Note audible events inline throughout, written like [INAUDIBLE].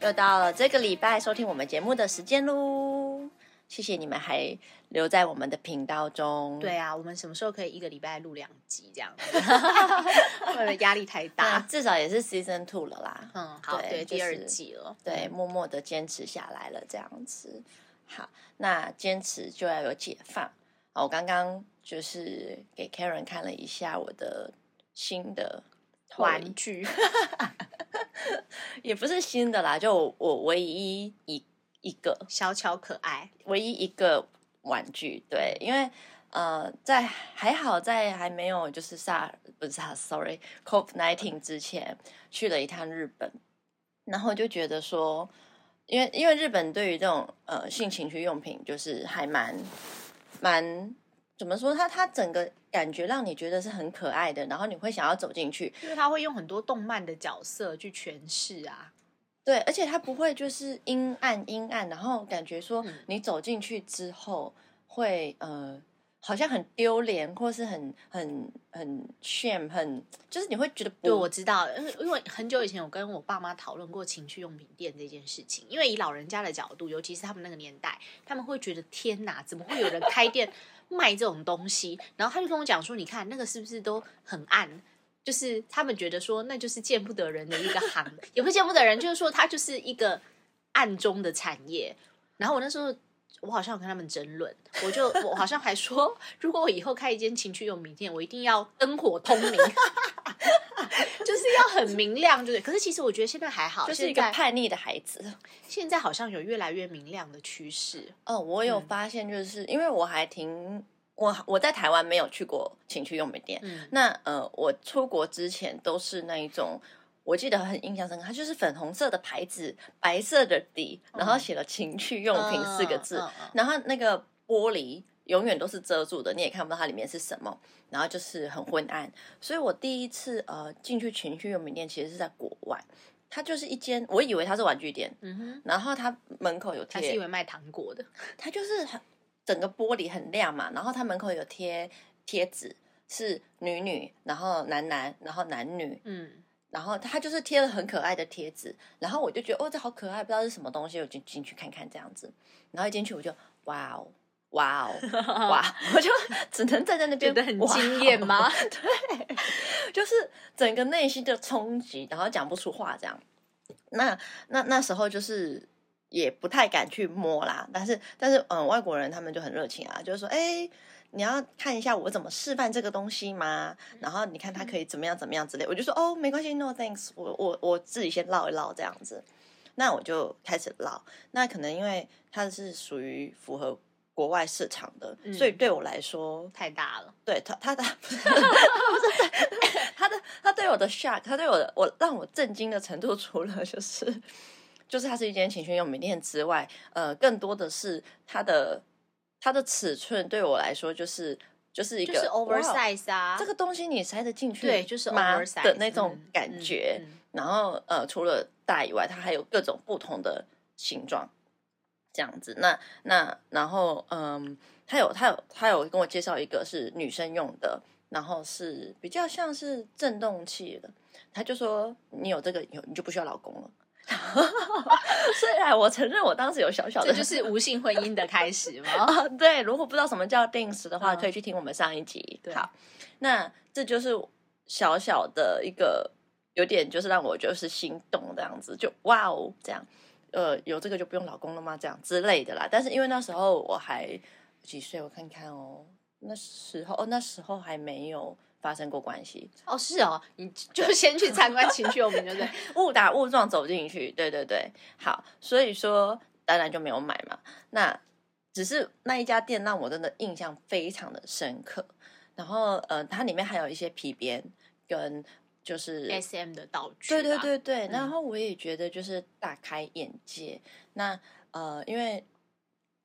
又到了这个礼拜收听我们节目的时间喽，谢谢你们还留在我们的频道中。对啊，我们什么时候可以一个礼拜录两集这样？ [LAUGHS] 我的压力太那大。至少也是 season two 了啦。嗯，好，对对，就是第二季了。嗯对，默默的坚持下来了，这样子。好，那坚持就要有解放。好，我刚刚就是给 Karen 看了一下我的新的投影玩具，也不是新的啦，就我我唯一一一个小巧可爱，唯一一个玩具，对，因为呃，在还好在还没有就是萨不是萨，sorry COVID nineteen 之前去了一趟日本，然后就觉得说，因为因为日本对于这种呃性情趣用品就是还蛮蛮怎么说，它它整个感觉让你觉得是很可爱的，然后你会想要走进去，因为他会用很多动漫的角色去诠释啊。对，而且它不会就是阴暗阴暗，然后感觉说嗯你走进去之后会呃，好像很丢脸，或是很很很 shame，很就是你会觉得对，不我知道，因为因为很久以前有跟我爸妈讨论过情趣用品店这件事情，因为以老人家的角度，尤其是他们那个年代，他们会觉得天哪，怎么会有人开店卖这种东西？然后他就跟我讲说，你看那个是不是都很暗？就是他们觉得说，那就是见不得人的一个行， [LAUGHS] 也不是见不得人，就是说它就是一个暗中的产业。然后我那时候。我好像有跟他们争论，我就我好像还说，如果我以后开一间情趣用品店，我一定要灯火通明， [LAUGHS] 就是要很明亮，就是。可是其实我觉得现在还好，就是一现个在叛逆的孩子。现在好像有越来越明亮的趋势。哦，我有嗯发现，就是、因为我还挺我我在台湾没有去过情趣用品店，嗯，那呃，我出国之前都是那一种，我记得很印象深刻，它就是粉红色的牌子，白色的底，然后写了“情趣用品”四个字，嗯嗯嗯然后那个玻璃永远都是遮住的，你也看不到它里面是什么，然后就是很昏暗。所以我第一次呃进去情趣用品店，其实是在国外，它就是一间，我以为它是玩具店，嗯哼，然后它门口有他是贴因为卖糖 [LAUGHS] 果的，它就是很整个玻璃很亮嘛，然后它门口有贴贴纸，是女女，然后男男，然后男女，嗯，然后它就是贴了很可爱的贴纸，然后我就觉得哦，这好可爱，不知道是什么东西，我就进去看看这样子，然后一进去我就哇哦。哇哦， [LAUGHS] 哇！我就只能站在那边，嗯觉得很哇哦惊艳吗？ [LAUGHS] 就是整个内心的冲击，然后讲不出话这样。那那那时候就是也不太敢去摸啦，但是但是嗯，外国人他们就很热情啊，就是说，哎、你要看一下我怎么示范这个东西吗？嗯然后你看他可以怎么样怎么样之类，我就说哦，没关系，no thanks，我我我自己先唠一唠这样子。那我就开始唠，那可能因为它是属于符合国外市场的，嗯所以对我来说太大了，对他，他的 [LAUGHS] 不是他的，他对我的 shock，他对我的我让我震惊的程度，除了就是就是它是一间情趣用品店之外，呃，更多的是它的它的尺寸对我来说就是就是一就个是哇哦 oversize 啊，这个东西你塞得进去对，就是吗 oversize 的那种感觉。嗯嗯嗯然后呃，除了大以外，它还有各种不同的形状，这样子。那那然后嗯，他有他有他有跟我介绍一个是女生用的，然后是比较像是震动器的。他就说你有这个以后你就不需要老公了。 [LAUGHS] 虽然我承认我当时有小小的这就是无性婚姻的开始吗？啊， [LAUGHS] 对，如果不知道什么叫定时的话，嗯可以去听我们上一集。对好，那这就是小小的一个，有点就是让我就是心动这样子，就哇哦这样，呃，有这个就不用老公了吗？这样之类的啦。但是因为那时候我还几岁，我看看哦，那时候哦那时候还没有发生过关系， [LAUGHS] 哦，是哦，你就先去参观情趣用品，对 [LAUGHS] 不对？误打误撞走进去，对对对，好，所以说当然就没有买嘛。那只是那一家店让我真的印象非常的深刻。然后呃，它里面还有一些皮鞭跟就是。 S M 的道具，对对，对对，嗯然后我也觉得就是大开眼界。那呃，因为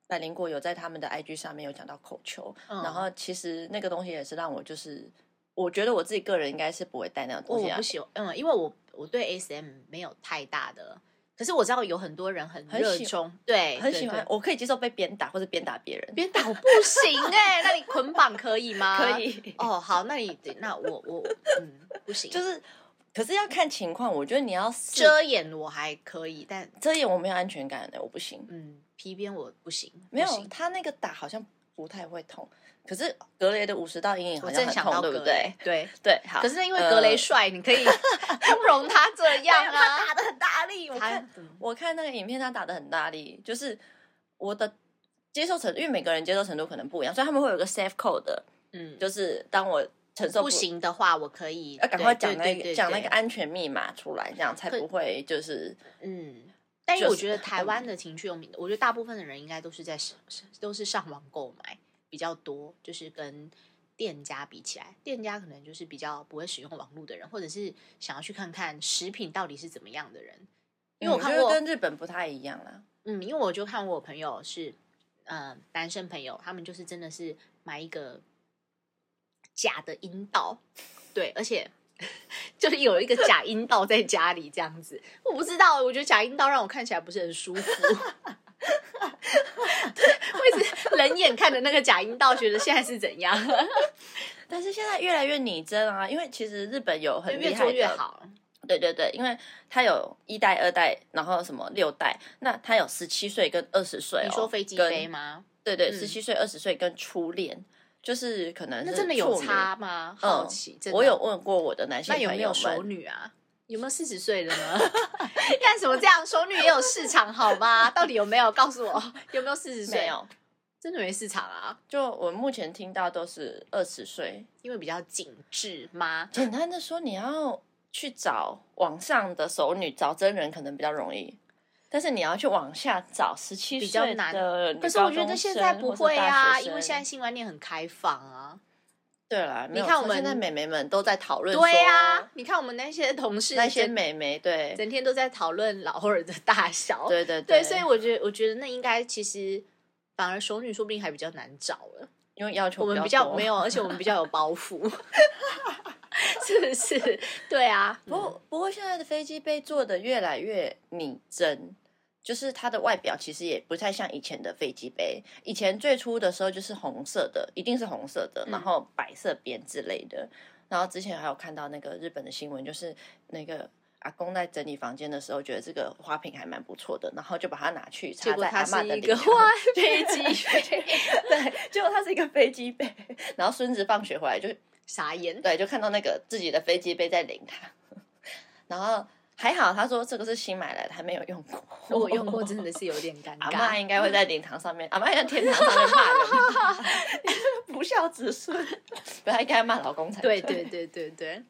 百灵果有在他们的 IG 上面有讲到口球，嗯然后其实那个东西也是让我就是，我觉得我自己个人应该是不会带那种我东西我啊不，喜欢，嗯，因为我我对 S M 没有太大的，可是我知道有很多人很很热喜衷，对，很对喜欢，。我可以接受被鞭打或者鞭打别人，别打我不 [LAUGHS] 行哎、那你捆绑可以吗？哦可。以，哦，好，那你那我我嗯不 [LAUGHS] 行，就是可是要看情况，我觉得你要试遮掩我还可以，但遮掩我没有安全感的，我不行。嗯，皮鞭我不行，没不有，行他那个打好像不太会痛，可是格雷的五十道阴影好我像正很想到痛，格对雷不对？？ [LAUGHS] 对。对，好。呃可是那因为格雷帅，你可以不容他这样啊。打的很大力，我 [LAUGHS] 他嗯看我看那个影片，他打的很大力，就是我的接受程度，因为每个人接受程度可能不一样，所以他们会有一个 safe code 的，嗯，就是当我承受不呃行的话，我可以要赶快讲对那对个对讲那对个安全密码出来，这样才可不会就是嗯，但是就我是觉得台很湾的情趣用品，我觉得大部分的人应该都是在上都是上网购买比较多，就是跟店家比起来，店家可能就是比较不会使用网络的人，或者是想要去看看食品到底是怎么样的人。因为嗯我看觉得过，跟日本不太一样啦。嗯，因为我就看我朋友是，呃，男生朋友，他们就是真的是买一个假的阴道，对，而且 [LAUGHS] 就是有一个假阴道在家里这样子。我不知道，我觉得假阴道让我看起来不是很舒服。 [LAUGHS] 对，我一直冷眼看着那个假阴道，觉得现在是怎样？但是现在越来越拟真啊，因为其实日本有很越厉害做的，越好。对对对，因为它有一代、二代，然后什么六代，那它有十七岁跟二十岁、哦。你说飞机跟杯吗？对对，嗯十七岁、二十岁跟初恋，就是可能那是真的有处女。差吗？嗯好奇，真的我有问过我的男性那朋友们，有没有熟女啊？有没有四十岁的呢？ [LAUGHS] 干什么这样？熟女也有市场好 [LAUGHS] 吗？到底有没有？告诉我有没有四十岁？没，有，真的没市场啊，就我目前听到都是二十岁。因为比较紧致吗？简单的说，你要去找网上的熟女，找真人可能比较容易，但是你要去往下找十七比较岁难啊的女高中生或大学生。可是我觉得现在不会啊，因为现在在性观念很开放啊。对啦，没有你看错我们现在美眉们都在讨论，对啊，，你看我们那些同事，那些整美眉对。整天都在讨论老二的大小。对对对，所以我觉得，我觉得那应该其实反而熟女说不定还比较难找了。因为要求我们比较较多没，有，而且我们比较有包 [LAUGHS] 袱，是不是？对啊，不过不过现在的飞机杯做的越来越拟真，就是它的外表其实也不太像以前的飞机杯。以前最初的时候就是红色的，一定是红色的，嗯然后白色边之类的。然后之前还有看到那个日本的新闻，就是那个阿公在整理房间的时候，觉得这个花瓶还蛮不错的，然后就把它拿去结插果在它阿妈是的一领个口 [LAUGHS] 花飞机杯，对，结果它是一个飞机杯。然后孙子放学回来就傻眼。对，就看到那个自己的飞机杯在领他， [LAUGHS] 然后还好他说这个是新买来的，还没有用过。 [LAUGHS] 我用过，真的是有点尴阿妈尬。应该会在灵堂上面，阿妈在天堂上面骂人， [LAUGHS] 不孝子孙，不太应该骂老公才对对对对对，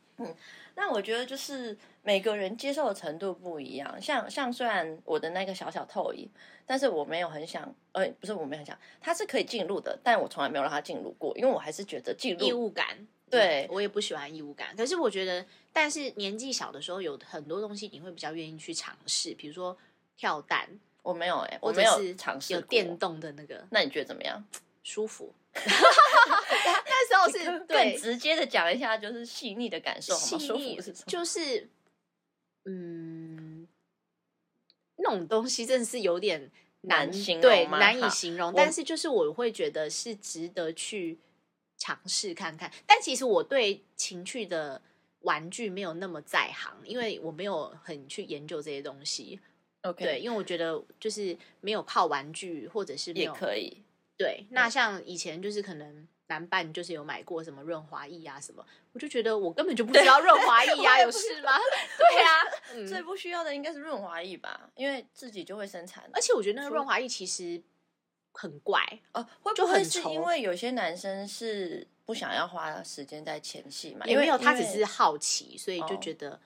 那我觉得就是每个人接受的程度不一样，像像虽然我的那个小小透影，但是我没有很想，呃，不是我没有很想，它是可以进入的，但我从来没有让它进入过，因为我还是觉得进义入务感。对嗯我也不喜欢义务感。可是我觉得，但是年纪小的时候，有很多东西你会比较愿意去尝试，比如说跳蛋，我没有哎、我或没者有是尝试有过电，动的那个那你觉得怎么样？舒 [LAUGHS] 服。那时候是更对直接的讲一下，就是细腻的感受，好细吗？舒腻服是什么？就是嗯，那种东西真的是有点难难形容对，吗难以好形容。我但是就是我会觉得是值得去尝试看看。但其实我对情趣的玩具没有那么在行，因为我没有很去研究这些东西。 OK，对，因为我觉得就是没有靠玩具或者是没也有可 [LAUGHS] 以。对，嗯那像以前就是可能男伴就是有买过什么润滑液啊什么，我就觉得我根本就不知道润滑液 [LAUGHS] 我啊也有不事吗？[LAUGHS] 对啊，最嗯，不需要的应该是润滑液吧，因为自己就会生产。而且我觉得那个润滑液其实很怪，哦，会就不很会是稠因为有些男生是不想要花时间在前戏嘛？也因为没有他因为只是好奇，所以就哦觉得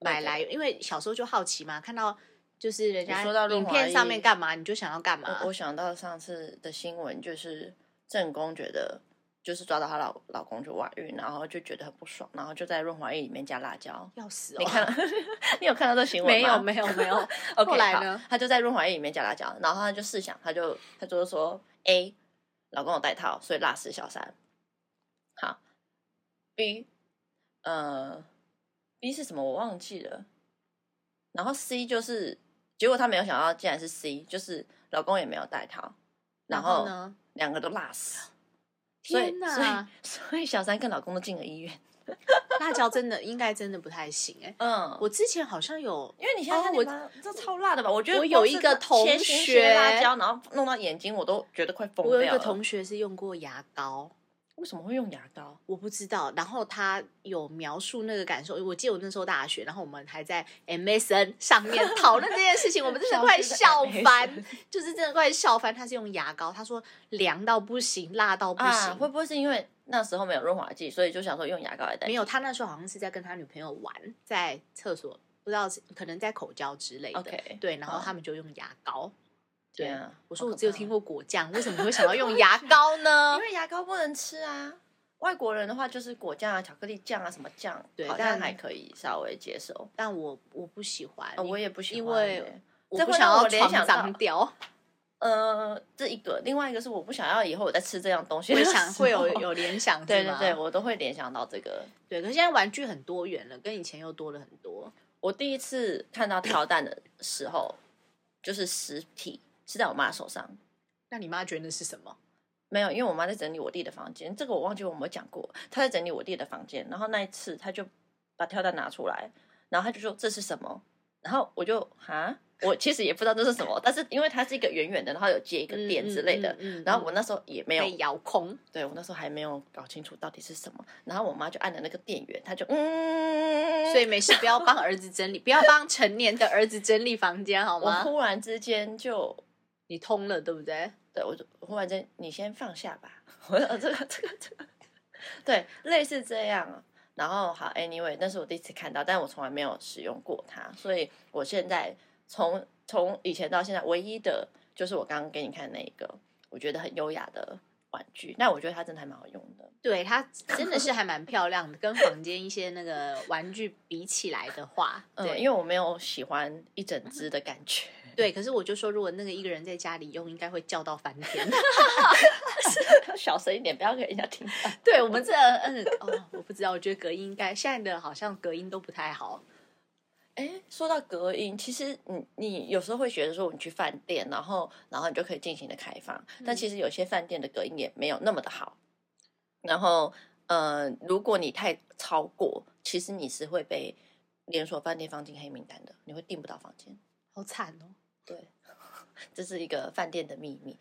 买来，因为小时候就好奇嘛，看到就是人你家说到润影滑片上面液干嘛，你就想要干嘛我。我想到上次的新闻，就是正宫觉得就是抓到她老老公就外遇，然后就觉得很不爽，然后就在润滑液里面加辣椒。要死哦！你 [LAUGHS] 看， [LAUGHS] 你有看到这新闻吗？没有没有没有， [LAUGHS] OK，后来好呢？他就在润滑液里面加辣椒，然后他就试想，他就他就说 A，老公有带套，所以辣死小三。好，B，呃，B 是什么我忘记了，然后 C 就是，结果他没有想到，竟然是 C，就是老公也没有带套，然后后呢？两个都辣死。所以天所以哪！所以小三跟老公都进了医院，辣椒真的应该真的不太行哎、嗯，我之前好像有，因为你现在、哦我这超辣的吧？我觉得我有光是一个同切新鲜学辣椒，然后弄到眼睛，我都觉得快疯掉我了。有一个同学是用过牙膏，为什么会用牙膏？我不知道。然后他有描述那个感受，我记得我那时候大学，然后我们还在 [LAUGHS] MSN 上面讨论这件事情，我们真的快笑翻，就是真的快笑翻。他是用牙膏，他说凉到不行，辣到不行。啊！会不会是因为那时候没有润滑剂，所以就想说用牙膏来代没替？有，他那时候好像是在跟他女朋友玩，在厕所，不知道是可能在口交之类的。 OK，对，然后好他们就用牙膏。对天啊，我说好我可只有怕听过果酱，为什么你会想 [LAUGHS] 要用牙膏呢因？为牙膏不能吃啊。外国人的话就是果酱啊、巧克力酱啊、什么酱，对好像但还可以稍微接受。但我我不喜欢，啊，我也不喜欢，因为对我这不会想让要我联床想到脏掉，呃，这一个，另外一个是我不想要以后我再吃这样东 [LAUGHS] 西会的时想候，会有 [LAUGHS] 有联想，是对对吗对，我都会联想到这个。对。可是现在玩具很多元了，跟以前又多了很多。我第一次看到跳蛋的时候，就是实体是在我妈手上，那你妈觉得是什么？没有，因为我妈在整理我弟的房间，这个我忘记我有没有讲过。她在整理我弟的房间，然后那一次她就把跳蛋拿出来，然后她就说这是什么，然后我就哈，我其实也不知道这是什么，但是因为它是一个圆圆的，然后有接一个垫之类的，嗯，嗯嗯然后嗯我那时候也没有被遥控，对我那时候还没有搞清楚到底是什么，然后我妈就按了那个电源，她就嗯，所以没事，不要帮儿子整理，不要帮成年的儿子整理房间好我吗？忽然之间就你通了，对不对？对我就忽然间你先放下吧， [LAUGHS] 我说、哦、这个这个这个，对，类似这样。然后好，anyway，那是我第一次看到，但我从来没有使用过它，所以我现在从从以前到现在唯一的就是我刚刚给你看那一个，我觉得很优雅的玩具，但我觉得它真的还蛮好用的。 [LAUGHS] 对，它真的是还蛮漂亮的，跟房间一些那个玩具比起来的话，嗯，对，因为我没有喜欢一整只的感觉。对。可是我就说，如果那个一个人在家里用，应该会叫到翻天。要 [LAUGHS] 小声一点，不要给人家听到。 [LAUGHS] 对我们这嗯哦，我不知道，我觉得隔音应该现在的好像隔音都不太好。哎，说到隔音，其实你你有时候会觉得说，你去饭店，然后然后你就可以尽情的开放，嗯但其实有些饭店的隔音也没有那么的好。然后，呃，如果你太超过，其实你是会被连锁饭店放进黑名单的，你会订不到房间。好惨哦！对，这是一个饭店的秘密。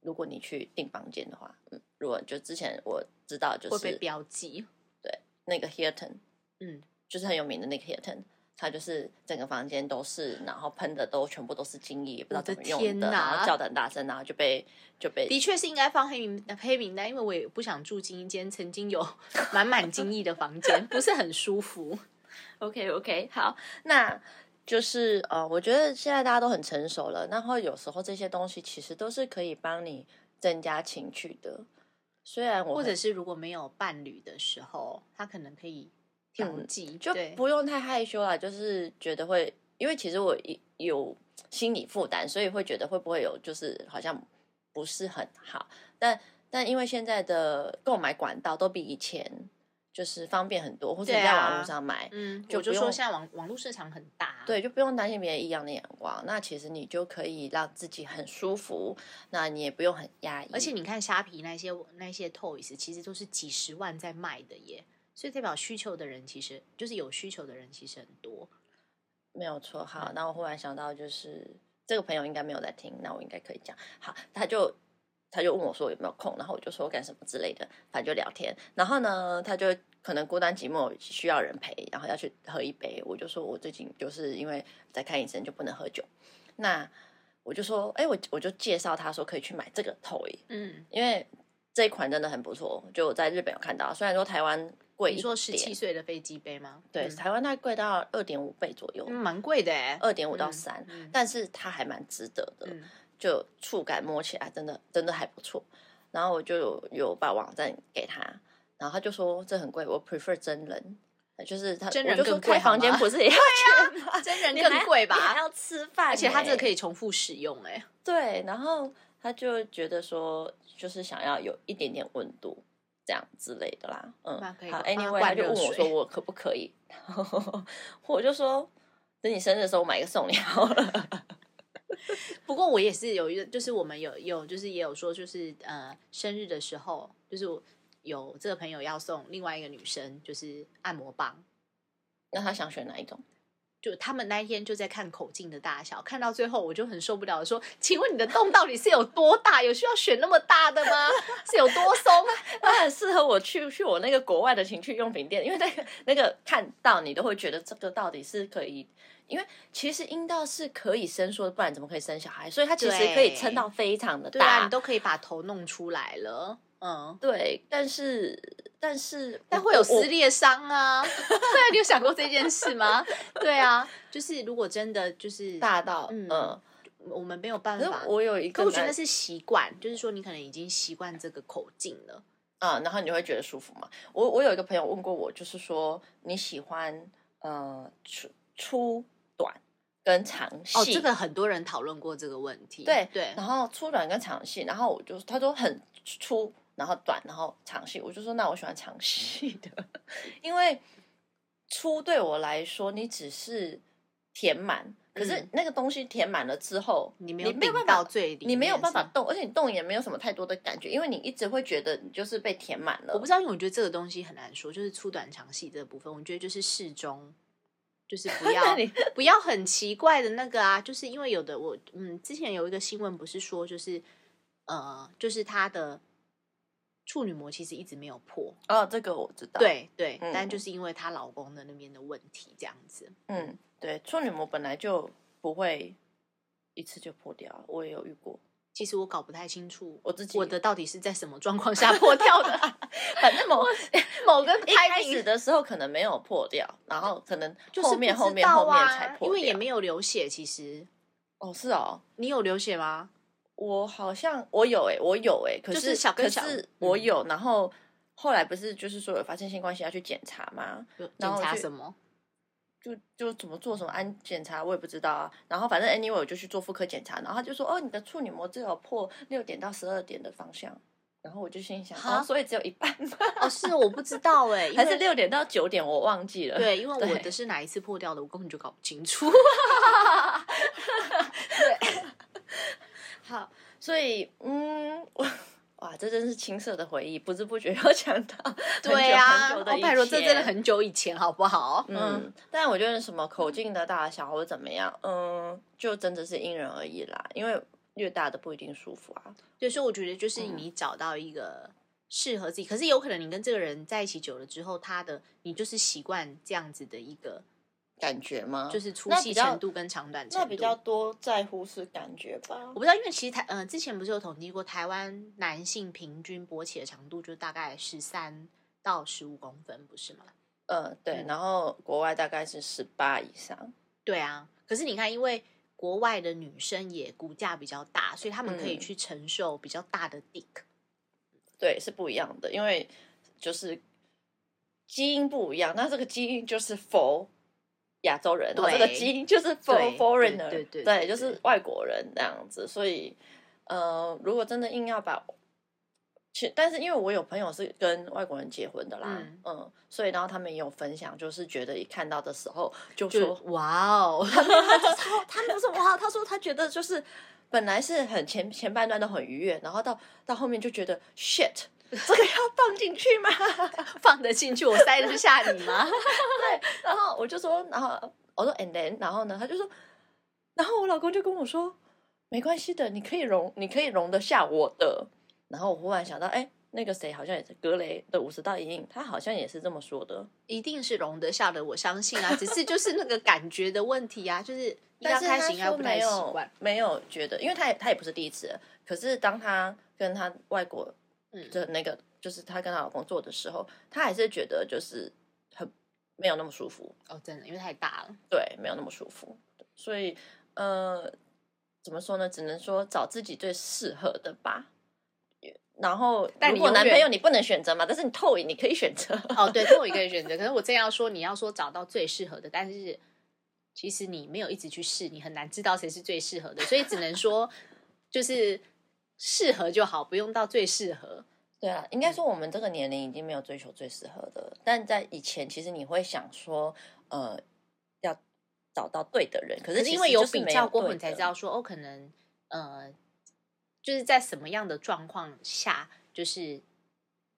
如果你去订房间的话，嗯，如果就之前我知道就会被是标记。那个 Hilton，嗯，就是很有名的那个 Hilton，它就是整个房间都是，然后喷的都全部都是精液，也不知道怎么用我的天哪然后叫的很大声，然后就被就被的确是应该放黑名黑名单，因为我也不想住金一间曾 [LAUGHS] 经有满满金翼的房间，不是很舒服。 OK OK 好，那就是呃，我觉得现在大家都很成熟了，然后有时候这些东西其实都是可以帮你增加情趣的，虽然我或很者是如果没有伴侣的时候，他可能可以调剂，嗯就对不用太害羞啦，就是觉得会，因为其实我一有心理负担，所以会觉得会不会有就是好像不是很好，但但因为现在的购买管道都比以前就是方便很多，或者你对在啊网络上买，嗯，就我就不说用现在网网络市场很大、啊，对，就不用担心别人异样的眼光，那其实你就可以让自己很舒服，那你也不用很压抑，而且你看虾皮那些那些 toys，其实都是几十万在卖的耶，所以代表需求的人其实就是有需求的人其实很多。没有错，嗯好，那我忽然想到，就是这个朋友应该没有在听，那我应该可以讲。好，他就他就问我说有没有空，然后我就说干什么之类的，反正就聊天。然后呢，他就可能孤单寂寞需要人陪，然后要去喝一杯。我就说我最近就是因为在看医生就不能喝酒，那我就说，哎、我我就介绍他说可以去买这个 toy，嗯，因为这一款真的很不错，就我在日本有看到，虽然说台湾贵一点，你说十七岁的飞机杯吗？对，台湾大概贵到二点五倍左右嗯，，蛮贵的哎，二点五到三、嗯但是它还蛮值得的，嗯就触感摸起来真的真的还不错。然后我就有有把网站给他，然后他就说这很贵，我 prefer 真人，就是他真人我就说更贵开房间好吗不是也要 [LAUGHS] 钱吗？真人你还更贵你还吧？要吃饭欸、而且它这个可以以重复使用哎，对，然后他就觉得说就是想要有一点点温度。这样之类的啦，嗯，那可以好帮他，anyway，他灌就问热我水说我可不可以， [LAUGHS] 然后我就说等你生日的时候我买一个送你好了。 [LAUGHS] 不过我也是有一个，就是我们有有就是也有说，就是呃生日的时候，就是我有这个朋友要送另外一个女生就是按摩棒，那他想选哪一种？就他们那一天就在看口径的大小，看到最后我就很受不了，说：“请问你的洞到底是有多大？有需要选那么大的吗？是有多松？ [LAUGHS] 他很适合我去去我那个国外的情趣用品店，因为那个那个看到你都会觉得这个到底是可以，因为其实阴道是可以伸缩的，不然怎么可以生小孩？所以它其实可以撑到非常的对啊，你大。都可以把头弄出来了，嗯，对，但是但是但会有我撕裂伤啊。 [LAUGHS] 对啊，你有想过这件事吗？对啊，就是如果真的就是我大到嗯嗯，我们没有办可是法。我有一可个我觉男得是习惯，就是说你可能已经习惯这个口径了。啊、然后你会觉得舒服吗？我我有一个朋友问过我，就是说你喜欢呃粗粗短跟长细哦，这个很多人讨论过这个问题。对对，然后粗短跟长细，然后我就他说很粗，然后短，然后长细，我就说那我喜欢长细的， [LAUGHS] 因为粗对我来说，你只是填满，可是嗯那个东西填满了之后，你没有没有办顶到法。最里面，你没有办法是吗。动，而且你动也没有什么太多的感觉，因为你一直会觉得你就是被填满了。我不知道，因为我觉得这个东西很难说，就是粗短长细这部分，我觉得就是适中，就是 [LAUGHS] 不那要你不要很奇怪的那个啊，就是因为有的我嗯，之前有一个新闻不是说就是呃，就是他的处女膜其实一直没有破，哦，这个我知道。，对对，嗯但就是因为她老公的那边的问题这样子，嗯，对，处女膜本来就不会一次就破掉，我也有遇过，其实我搞不太清楚。我自己我的到底是在什么状况下破掉的？ [LAUGHS] 反正 [LAUGHS] 某某个一胎开龄始的时候可能没有破掉，然后可能就是后不面知后面道后面啊才破掉，因为也没有流血。其实哦是哦，你有流血吗？我好像我有哎、我有哎、可、就是是小可跟小嗯是我有，然后后来不是就是说有发生性关系要去检查吗？有然检后查去什么？就就怎么做什么安检查我也不知道啊，然后反正 anyway 我就去做妇科检查，然后他就说哦你的处女膜只有破六点到十二点的方向，然后我就心想哈啊所以只有一半吗？哦，是我不知道 [LAUGHS] 哎、因还是为六点到九点我忘记了， [LAUGHS] 对，因为我对的是哪一次破掉的，我根本就搞不 [LAUGHS] 清楚。 [LAUGHS] 好，所以嗯， [LAUGHS] 我哇，这真是青涩的回忆，不知不觉又讲到很久对啊，很久我的以拜托，这真的前很久以前，好不好？嗯，嗯，但我觉得什么口径的大小或者怎么样，嗯，就真的是因人而异啦，因为越大的不一定舒服啊。对，所以我觉得就是嗯你找到一个适合自己，可是有可能你跟这个人在一起久了之后，他的你就是习惯这样子的一个，感觉吗？就是粗那细比较程度跟长短程度。那比较多在乎是感觉吧我。不知道，因为其实台呃之前不是有统计过，台湾男性平均勃起的长度就大概十三到十五公分，不是吗？呃，对嗯，然后国外大概是十八以上，对啊，可是你看，因为国外的女生也骨架比较大，所以她们可以嗯去承受比较大的 dick。对，是不一样的，因为就是基因不一样，那这个基因就是 for 亚洲人，然后这对个基因就是对 for 对 foreigner，对对对就对是外国人这样子，所以呃，如果真的硬要把。其但是因为我有朋友是跟外国人结婚的啦，嗯嗯所以然后他们也有分享，就是觉得一看到的时候就就说哇哦，他他们不是哇，他说他觉得就是本来是很前前半段都很愉悦，然后到到后面就觉得 shit，这个要放进去吗？ [LAUGHS] 放得进去，我塞得下你吗？ [LAUGHS] 然后我就说，然后我说 and then，然后呢，他就说，然后我老公就跟我说，没关系的，你可以容，你可以容得下我的。然后我忽然想到，哎，那个谁好像也是格雷的五十道阴影，他好像也是这么说的。一定是容得下的，我相信啊，只是就是那个感觉的问题啊，就是一但刚是开他始应该说不太没习有惯。没有觉得，因为他也他也不是第一次了，可是当他跟他外国嗯的那个，就是她跟她老公做的时候，她还是觉得就是很没有那么舒服，哦，真的，因为太大了。对，没有那么舒服，所以呃，怎么说呢？只能说找自己最适合的吧。然后，但如你果永男远朋友你不能选择嘛，但是你透影你可以选择。 [LAUGHS] 哦，对，都有一个选择。可是我正要说，你要说找到最适合的，但是其实你没有一直去试，你很难知道谁是最适合的，所以只能说就是适合就好，不用到最适合。对啊，嗯应该说我们这个年龄已经没有追求最适合的，但在以前其实你会想说，呃，要找到对的人，可可是是其因实为有就是比没较过后，对你才的知道说哦，可能呃，就是在什么样的状况下，就是。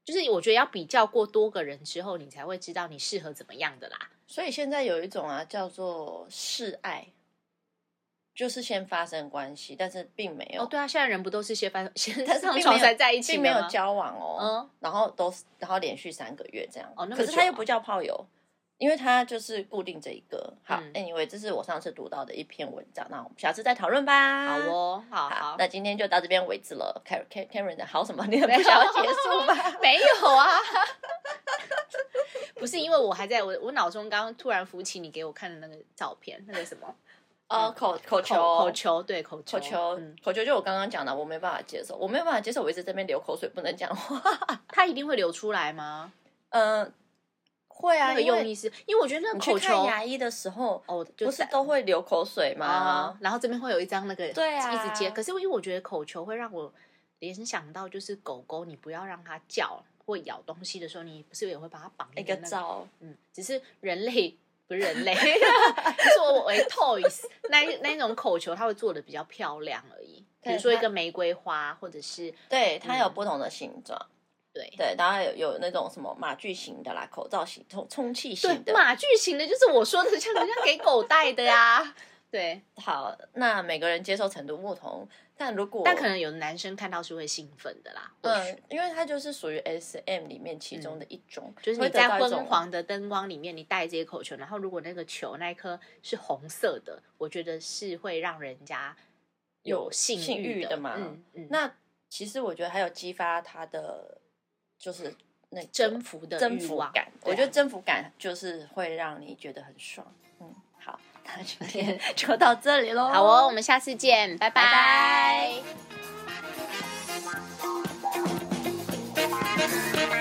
就是我觉得要比较过多个人之后，你才会知道你适合怎么样的啦。所以现在有一种啊，叫做示爱，就是先发生关系，但是并没有，哦，对啊，现在人不都是先翻先但是 [LAUGHS] 并上没床有才在一起并的没有吗交往哦。嗯，然后都是然后连续三个月这样。哦那么可是久他又啊不叫炮友，因为他就是固定这一个。好、嗯 a n y w a y 这是我上次读到的一篇文章，那我们下次再讨论吧。好哦，好啊好，好，那今天就到这边为止了。Karen Karen- Karen 的好什么？你 [LAUGHS] 很没有不想要结束 [LAUGHS] 吧？没有啊，不是因为我还在我我脑中刚刚突然浮起你给我看的那个照片，那个什么呃，口口球，嗯口球，对口球口球嗯，，口球就我刚刚讲的，我没办法接受，我没有办法接受，我一直在那边流口水，不能讲话。 [LAUGHS] 它一定会流出来吗？嗯，会啊，那个因为用意是，因为我觉得那个你口去看球牙医的时候，哦，就不是在都会流口水啊吗？，然后这边会有一张那个对啊一直接。可是因为我觉得口球会让我联想到，就是狗狗，你不要让它叫或咬东西的时候，你不是也会把它绑一一个个那个？罩，嗯，只是人类不是人类， [LAUGHS] 作为 toys [LAUGHS] 那一那一种口球，它会做的比较漂亮而已。比对如说一它个玫瑰花，或者是对，它有嗯不同的形状。对对，当然有有那种什么马具型的啦，口罩型、充充气型对的。马具型的，就是我说的，像人家给狗戴的呀。 [LAUGHS] 对，好，那每个人接受程度不同，但如果但可能有男生看到是会兴奋的啦。或许嗯，因为它就是属于 S M 里面其中的一种，嗯就是会你得在到一种昏黄的灯光里面，你戴这些口球，然后如果那个球那一颗是红色的，我觉得是会让人家有性性欲的的嘛嗯嗯，那其实我觉得还有激发他的就是那个征服的征欲服望感，对啊我觉得征服感就是会让你觉得很爽。嗯，好，那 [LAUGHS] 今天就到这里喽。好哦，我们下次见，拜拜拜拜